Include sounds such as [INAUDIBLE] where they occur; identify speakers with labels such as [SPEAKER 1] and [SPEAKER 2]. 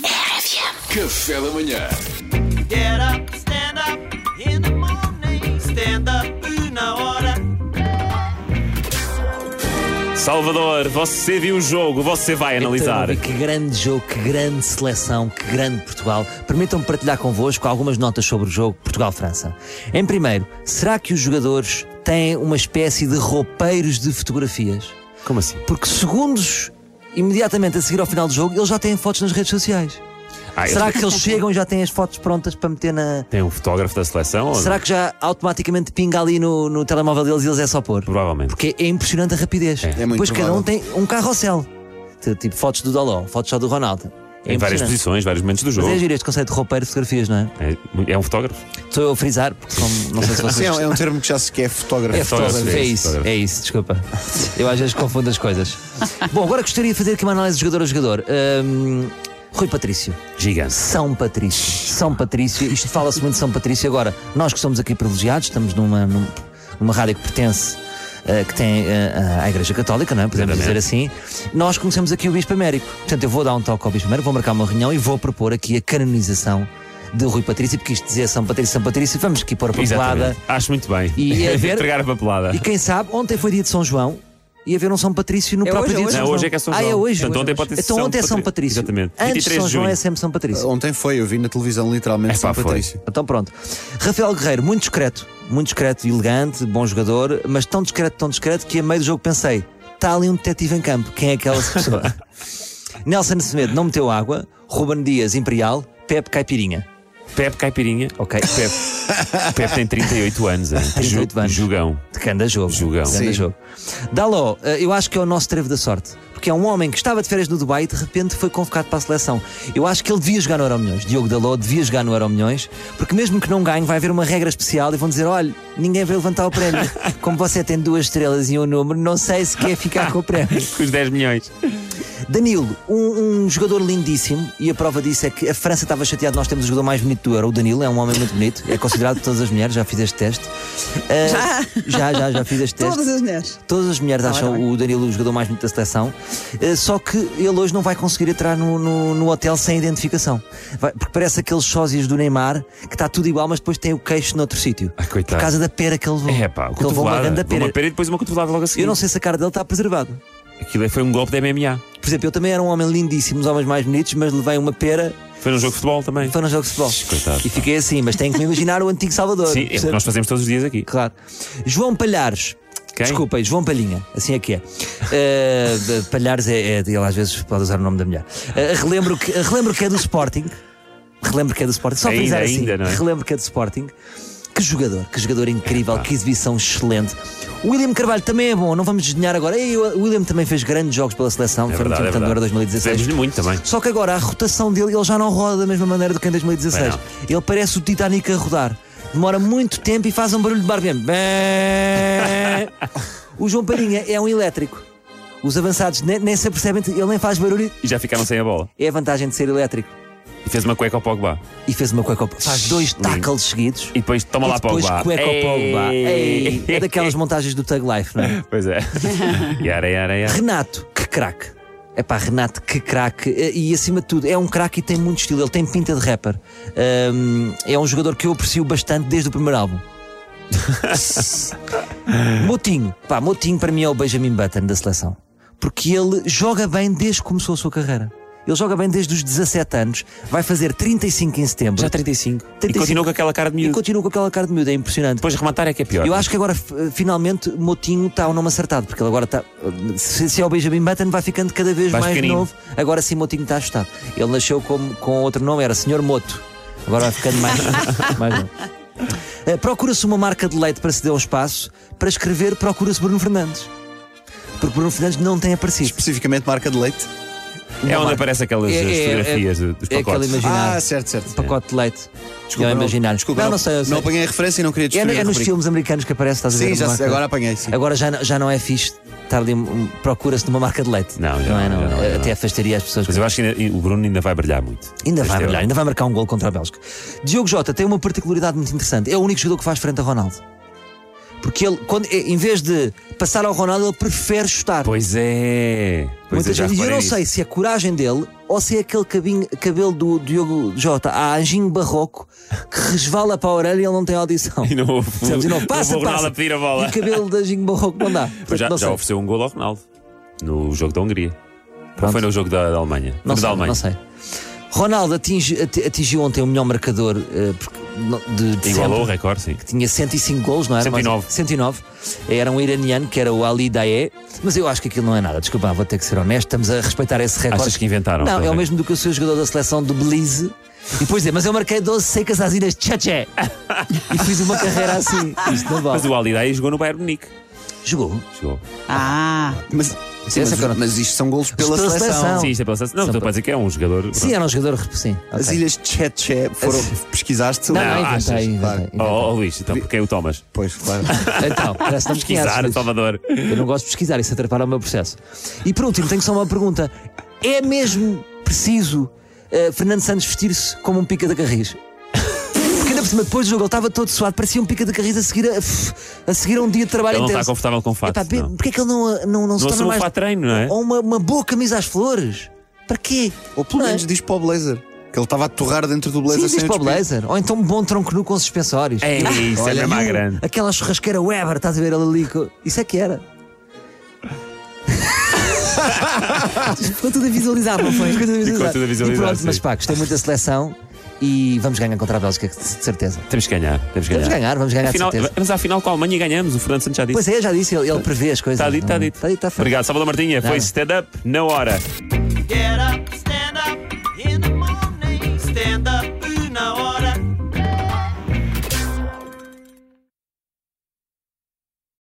[SPEAKER 1] FM.
[SPEAKER 2] Café da manhã.
[SPEAKER 3] Get up, stand up in the morning. Stand up na hora.
[SPEAKER 4] Salvador, você viu o jogo, você vai analisar.
[SPEAKER 5] Então, que grande jogo, que grande seleção, que grande Portugal. Permitam-me partilhar convosco algumas notas sobre o jogo Portugal-França. Em primeiro, será que os jogadores têm uma espécie de roupeiros de fotografias?
[SPEAKER 4] Como assim?
[SPEAKER 5] Porque segundos imediatamente a seguir ao final do jogo, eles já têm fotos nas redes sociais.
[SPEAKER 4] Ah,
[SPEAKER 5] Será que eles chegam e já têm as fotos prontas para meter na.
[SPEAKER 4] Tem um fotógrafo da seleção? ou
[SPEAKER 5] Será
[SPEAKER 4] não?
[SPEAKER 5] que já automaticamente pinga ali no, no telemóvel deles e eles é só pôr?
[SPEAKER 4] Provavelmente.
[SPEAKER 5] Porque é impressionante a rapidez.
[SPEAKER 4] É. É
[SPEAKER 5] Depois
[SPEAKER 6] muito
[SPEAKER 5] cada um tem um carrossel. T- Tipo fotos do Doló, fotos só do Ronaldo. É
[SPEAKER 4] Em várias
[SPEAKER 5] impressionante.
[SPEAKER 4] posições, vários momentos do jogo.
[SPEAKER 5] Mas é giro este conceito de roupeiro de fotografias, não é?
[SPEAKER 4] É, é um fotógrafo?
[SPEAKER 5] Estou eu a frisar, porque como- não sei se
[SPEAKER 6] [LAUGHS] Sim,
[SPEAKER 5] vocês.
[SPEAKER 6] é um- é um termo que já se quer fotógrafo.
[SPEAKER 5] É
[SPEAKER 4] fotógrafo,
[SPEAKER 5] fotógrafo,
[SPEAKER 4] é
[SPEAKER 5] é
[SPEAKER 4] isso,
[SPEAKER 5] isso,
[SPEAKER 4] fotógrafo.
[SPEAKER 5] é isso, desculpa. Eu às vezes confundo as coisas. Bom, agora gostaria de fazer aqui uma análise de jogador a jogador. Hum, Rui Patrício.
[SPEAKER 4] Gigante.
[SPEAKER 5] São Patrício. São Patrício. Isto fala-se muito de São Patrício. Agora, nós que somos aqui privilegiados, estamos numa, num- numa rádio que pertence. eh, que tem eh, à Igreja Católica, não é? Podemos dizer assim. Nós conhecemos aqui o Bispo Américo. Portanto, eu vou dar um toque ao Bispo Américo, vou marcar uma reunião e vou propor aqui a canonização de Rui Patrício, porque isto dizer São Patrício, São Patrício, vamos aqui pôr a papelada.
[SPEAKER 4] Exatamente. Acho muito bem. [LAUGHS]
[SPEAKER 5] E a ver-
[SPEAKER 4] Entregar a papelada.
[SPEAKER 5] E quem sabe, ontem foi dia de São João e haver um São Patrício no
[SPEAKER 7] É
[SPEAKER 5] próprio
[SPEAKER 7] hoje,
[SPEAKER 5] dia de
[SPEAKER 7] hoje.
[SPEAKER 5] São
[SPEAKER 4] Não,
[SPEAKER 5] João.
[SPEAKER 4] hoje é que é São João.
[SPEAKER 5] Ah, é hoje?
[SPEAKER 4] Portanto, ontem pode ser
[SPEAKER 5] então
[SPEAKER 4] São
[SPEAKER 5] ontem é São Patrício.
[SPEAKER 4] Patrício. Exatamente.
[SPEAKER 5] Antes
[SPEAKER 4] 23
[SPEAKER 5] São
[SPEAKER 4] de
[SPEAKER 5] João é
[SPEAKER 4] junho.
[SPEAKER 5] sempre São Patrício.
[SPEAKER 6] Ontem foi, eu vi na televisão literalmente
[SPEAKER 4] Epá,
[SPEAKER 6] São
[SPEAKER 4] foi.
[SPEAKER 6] Patrício.
[SPEAKER 5] Então pronto. Rafael Guerreiro, muito discreto, muito discreto, elegante, bom jogador, mas tão discreto, tão discreto que a meio do jogo pensei: está ali um detetive em campo, quem é aquela pessoa? Nelson Semedo não meteu água, Ruben Dias, Imperial, Pepe Caipirinha.
[SPEAKER 4] Pepe Caipirinha.
[SPEAKER 5] Ok, Pepe,
[SPEAKER 4] [LAUGHS] Pepe tem 38 anos, [LAUGHS] hein?
[SPEAKER 5] 38
[SPEAKER 4] Ju-
[SPEAKER 5] anos.
[SPEAKER 4] Jogão.
[SPEAKER 5] de canda jogo.
[SPEAKER 4] Jogão.
[SPEAKER 5] de Canda
[SPEAKER 6] Sim.
[SPEAKER 5] jogo. Daló, eh, eu acho que é o nosso trevo da sorte, porque é um homem que estava de férias no Dubai e de repente foi convocado para a seleção. Eu acho que ele devia jogar no Euro Milhões, Diogo Daló devia jogar no Euro Milhões, porque mesmo que não ganhe, vai haver uma regra especial e vão dizer: olha, ninguém vai levantar o prémio. Como você tem duas estrelas e um número, não sei se quer ficar com o
[SPEAKER 4] [LAUGHS]
[SPEAKER 5] prémio.
[SPEAKER 4] Com os 10 milhões.
[SPEAKER 5] Danilo, um, um jogador lindíssimo, e a prova disso é que a França estava chateada, nós temos o jogador mais bonito do Euro, o Danilo, é um homem muito bonito, é considerado por todas as mulheres, já fiz este teste. Ah, já? Já, já, fiz este teste.
[SPEAKER 7] Todas as mulheres.
[SPEAKER 5] Todas as mulheres acham o Danilo o jogador mais bonito da seleção, eh, só que ele hoje não vai conseguir entrar no, no- no hotel sem identificação. Vai- porque parece aqueles sósias do Neymar que está tudo igual, mas depois tem o queixo noutro sítio.
[SPEAKER 4] Ai, coitado.
[SPEAKER 5] Por causa da pera que ele levou.
[SPEAKER 4] É pá,
[SPEAKER 5] que ele levou uma
[SPEAKER 4] cotovelada.
[SPEAKER 5] grande
[SPEAKER 4] Deu Uma
[SPEAKER 5] pera.
[SPEAKER 4] pera assim. e depois uma cotovelada logo a seguir.
[SPEAKER 5] Eu não sei se a cara dele está preservada.
[SPEAKER 4] Aquilo foi um golpe da MMA.
[SPEAKER 5] Por exemplo, eu também era um homem lindíssimo, os homens mais bonitos, mas levei uma pera
[SPEAKER 4] Foi num jogo de futebol também.
[SPEAKER 5] e foi no jogo de futebol.
[SPEAKER 4] Coitado.
[SPEAKER 5] E fiquei assim, mas tenho que me imaginar o antigo Salvador.
[SPEAKER 4] Sim, é o que
[SPEAKER 5] percebe?
[SPEAKER 4] nós fazemos todos os dias aqui.
[SPEAKER 5] Claro. João Palhares.
[SPEAKER 4] Quem?
[SPEAKER 5] Desculpem, João Palhinha, assim é que é. Eh, de- Palhares é, é ele às vezes pode usar o nome da mulher. Eh, relembro, que, relembro que é do Sporting. Relembro que é do Sporting. Só
[SPEAKER 4] Ainda,
[SPEAKER 5] frisar assim.
[SPEAKER 4] ainda, não é?
[SPEAKER 5] Relembro que é do Sporting. Que jogador, que jogador incrível, que exibição excelente. O William Carvalho também é bom, não vamos desdenhar agora. Ei, o William também fez grandes jogos pela seleção,
[SPEAKER 4] É
[SPEAKER 5] foi muito
[SPEAKER 4] verdade, é
[SPEAKER 5] importante no Euro
[SPEAKER 4] verdade.
[SPEAKER 5] 2016.
[SPEAKER 4] Fizemos-lhe muito também.
[SPEAKER 5] Só que agora a rotação dele, ele já não roda da mesma maneira do que em 2016.
[SPEAKER 4] Bem,
[SPEAKER 5] Ele parece o Titanic a rodar. Demora muito tempo e faz um barulho de barco mesmo.
[SPEAKER 4] [LAUGHS]
[SPEAKER 5] Bé. o João Palhinha é um elétrico. Os avançados nem, nem se apercebem, ele nem faz barulho.
[SPEAKER 4] E já ficaram sem a bola.
[SPEAKER 5] É a vantagem de ser elétrico.
[SPEAKER 4] E fez uma cueca ao Pogba.
[SPEAKER 5] E fez uma cueca. ao- Faz dois
[SPEAKER 4] Lindo.
[SPEAKER 5] tackles seguidos.
[SPEAKER 4] E depois toma
[SPEAKER 5] e
[SPEAKER 4] lá
[SPEAKER 5] depois
[SPEAKER 4] Pogba.
[SPEAKER 5] cueca ao
[SPEAKER 4] Ei!
[SPEAKER 5] Pogba. Ei, É daquelas montagens do Tug Life, não é?
[SPEAKER 4] [LAUGHS] Pois
[SPEAKER 5] [LAUGHS]
[SPEAKER 4] é. Yara, yara, yara.
[SPEAKER 5] Renato, que craque. É pá, Renato, que craque. E e acima de tudo, é um craque e tem muito estilo. Ele tem pinta de rapper. Hum, é um jogador que eu aprecio bastante desde o primeiro
[SPEAKER 4] [LAUGHS]
[SPEAKER 5] álbum. Motinho, pá, Motinho para mim é o Benjamin Button da seleção. Porque ele joga bem desde que começou a sua carreira. Ele joga bem desde os 17 anos, vai fazer 35 em setembro.
[SPEAKER 4] Já 35. E
[SPEAKER 5] 35.
[SPEAKER 4] continuou com aquela cara de
[SPEAKER 5] e
[SPEAKER 4] miúdo.
[SPEAKER 5] continua com aquela cara de miúdo, é impressionante.
[SPEAKER 4] Depois rematar é que é pior.
[SPEAKER 5] Eu acho que agora f- finalmente Motinho está o nome acertado, porque ele agora está. Se, se é o Benjamin Button, vai ficando cada vez
[SPEAKER 4] Vais
[SPEAKER 5] mais
[SPEAKER 4] pequenino.
[SPEAKER 5] novo. Agora sim Motinho está ajustado. Ele nasceu com, com outro nome, era Senhor Moto. Agora vai ficando mais, mais [LAUGHS] novo. Eh, procura-se uma marca de leite para ceder um espaço. Para escrever, procura-se Bruno Fernandes. Porque Bruno Fernandes não tem aparecido.
[SPEAKER 6] Especificamente marca de leite.
[SPEAKER 4] É onde
[SPEAKER 5] Marca.
[SPEAKER 4] aparecem aquelas
[SPEAKER 5] É-
[SPEAKER 4] as
[SPEAKER 5] é-
[SPEAKER 4] fotografias
[SPEAKER 5] é-
[SPEAKER 4] dos
[SPEAKER 5] é aquela
[SPEAKER 4] pacotes.
[SPEAKER 5] imagem- Imaginar.
[SPEAKER 6] Ah, certo, certo.
[SPEAKER 5] Pacote de leite.
[SPEAKER 6] Desculpa,
[SPEAKER 5] não é imaginário.
[SPEAKER 6] Desculpa,
[SPEAKER 5] não, não sei. eu sei.
[SPEAKER 6] Não apanhei a referência e não queria
[SPEAKER 5] é,
[SPEAKER 6] destruir
[SPEAKER 5] é
[SPEAKER 6] a
[SPEAKER 5] nos
[SPEAKER 6] rubrica.
[SPEAKER 5] filmes americanos que aparece, estás a ver?
[SPEAKER 6] Sim,
[SPEAKER 5] uma
[SPEAKER 6] já,
[SPEAKER 5] marca.
[SPEAKER 6] agora apanhei, sim.
[SPEAKER 5] Agora já, não- já não é fixe estar ali, um- procura-se numa marca de leite.
[SPEAKER 4] Não, já
[SPEAKER 5] não, é,
[SPEAKER 4] não,
[SPEAKER 5] não.
[SPEAKER 4] já não, já
[SPEAKER 5] Até
[SPEAKER 4] não. é.
[SPEAKER 5] afastaria as pessoas.
[SPEAKER 4] Mas eu acho que ainda- o Bruno ainda vai brilhar muito.
[SPEAKER 5] Ainda
[SPEAKER 4] Este
[SPEAKER 5] vai
[SPEAKER 4] ano.
[SPEAKER 5] brilhar, ainda vai marcar um É gol contra a Bélgica. Diogo Jota tem uma particularidade muito interessante. É o único jogador que faz frente a Ronaldo. Porque ele, quando, em vez de passar ao Ronaldo, ele prefere chutar.
[SPEAKER 4] Pois é. Pois é,
[SPEAKER 5] Muitas
[SPEAKER 4] já
[SPEAKER 5] vezes- e eu
[SPEAKER 4] reparei
[SPEAKER 5] não
[SPEAKER 4] nisso.
[SPEAKER 5] sei se é a coragem dele ou se é aquele cabinho- cabelo do Diogo Jota, a anjinho barroco, que resvala para a orelha e ele não tem audição.
[SPEAKER 4] [LAUGHS] [LAUGHS] E não houve.
[SPEAKER 5] Percebes? E não, passa,
[SPEAKER 4] houve o Ronaldo
[SPEAKER 5] passa.
[SPEAKER 4] a pedir a bola.
[SPEAKER 5] E o cabelo de anjinho barroco não dá.
[SPEAKER 4] Mas já,
[SPEAKER 5] não
[SPEAKER 4] já
[SPEAKER 5] sei.
[SPEAKER 4] ofereceu um gol ao Ronaldo no jogo da Hungria. Ou
[SPEAKER 5] Pronto.
[SPEAKER 4] foi no jogo da, da Alemanha? Jogo
[SPEAKER 5] Não
[SPEAKER 4] da
[SPEAKER 5] sei,
[SPEAKER 4] Alemanha.
[SPEAKER 5] não sei. Ronaldo atinge- ati- atingiu ontem o melhor marcador eh, porque no- de, de
[SPEAKER 4] Igualou o
[SPEAKER 5] sempre.
[SPEAKER 4] recorde, sim.
[SPEAKER 5] Tinha 105 gols, não era? Mais-
[SPEAKER 4] 109.
[SPEAKER 5] 109. Era um iraniano que era o Ali Dae. Mas eu acho que aquilo não é nada. Desculpa, vou ter que ser honesto. Estamos a respeitar esse recorde.
[SPEAKER 4] Achas que inventaram?
[SPEAKER 5] Não, é
[SPEAKER 4] Talvez.
[SPEAKER 5] o mesmo do que o seu jogador da seleção do Belize. E depois dizer, mas eu marquei 12 secas às ilhas de Tchatché. e fiz uma carreira assim. Isto não
[SPEAKER 4] Mas
[SPEAKER 5] vale.
[SPEAKER 4] o Alidei jogou no Bayern Munique.
[SPEAKER 5] Jogou.
[SPEAKER 4] Jogou.
[SPEAKER 1] Ah,
[SPEAKER 6] Mas, sim,
[SPEAKER 5] Essa
[SPEAKER 6] mas,
[SPEAKER 5] que eu não-
[SPEAKER 6] mas isto são golos pela,
[SPEAKER 5] Pela
[SPEAKER 6] seleção.
[SPEAKER 5] seleção. Não.
[SPEAKER 4] Sim, isto é pela seleção. Não, estou para dizer que é um jogador.
[SPEAKER 5] Sim, era um jogador. Sim.
[SPEAKER 6] As
[SPEAKER 5] ok.
[SPEAKER 6] ilhas de Tchetché foram. Pesquisaste?
[SPEAKER 5] Não, não,
[SPEAKER 4] Não,
[SPEAKER 5] inventei,
[SPEAKER 4] achas?
[SPEAKER 5] inventei,
[SPEAKER 4] Oh,
[SPEAKER 5] inventei.
[SPEAKER 4] oh, Luís, então porque é o Thomas?
[SPEAKER 6] Pois,
[SPEAKER 5] [LAUGHS]
[SPEAKER 6] claro.
[SPEAKER 5] Então, parece que não me conheces,
[SPEAKER 4] Pesquisar,
[SPEAKER 5] Luís.
[SPEAKER 4] Salvador.
[SPEAKER 5] Eu não gosto de pesquisar, isso atrapalha o meu processo. E por último, tenho só uma pergunta: é mesmo preciso eh, Fernando Santos vestir-se como um pica de carris? Porque ainda por cima, depois do jogo, ele estava todo suado, parecia um pica de carris a seguir a, a seguir a um dia de trabalho
[SPEAKER 4] Ele não está
[SPEAKER 5] intenso.
[SPEAKER 4] confortável com o fato.
[SPEAKER 5] Epá, pe-
[SPEAKER 4] não.
[SPEAKER 5] porquê é que ele não, não, não, se
[SPEAKER 4] Não
[SPEAKER 5] torna
[SPEAKER 4] assume o
[SPEAKER 5] mais.
[SPEAKER 4] fato de treino, não é?
[SPEAKER 5] Ou uma, uma boa camisa às flores? Para quê?
[SPEAKER 6] Ou pelo
[SPEAKER 5] Não é?
[SPEAKER 6] menos diz para o blazer. Que ele estava a é tipo torrar dentro do blazer
[SPEAKER 5] Sim, diz
[SPEAKER 6] sem o
[SPEAKER 5] para o
[SPEAKER 6] despir.
[SPEAKER 5] blazer. Ou então um bom tronco nu com suspensórios.
[SPEAKER 4] É isso, é
[SPEAKER 6] olha,
[SPEAKER 4] mesmo à
[SPEAKER 6] eu-
[SPEAKER 4] grande.
[SPEAKER 5] Aquela churrasqueira Weber, estás a ver ele ali? co- Isso é
[SPEAKER 4] [LAUGHS]
[SPEAKER 5] que era.
[SPEAKER 1] ficou tudo a visualizar, não foi?
[SPEAKER 5] Ficou tudo a visualizar.
[SPEAKER 4] tudo a visualizar,
[SPEAKER 5] E pronto,
[SPEAKER 4] sim.
[SPEAKER 5] mas pá, gostei muito da seleção e vamos ganhar contra a Bélgica, de de certeza.
[SPEAKER 4] Temos que ganhar. Temos que
[SPEAKER 5] Vamos
[SPEAKER 4] ganhar.
[SPEAKER 5] ganhar, vamos ganhar, de
[SPEAKER 4] É. Afinal,
[SPEAKER 5] certeza.
[SPEAKER 4] vamos à final com a Alemanha e ganhamos. O Fernando Santos já disse.
[SPEAKER 5] Pois é, já disse, ele, ele prevê as coisas.
[SPEAKER 4] Está dito, está dito.
[SPEAKER 5] Está dito, está feito.
[SPEAKER 4] Obrigado, Salvador Martinha. Foi
[SPEAKER 5] Nada.
[SPEAKER 4] stand-up na hora.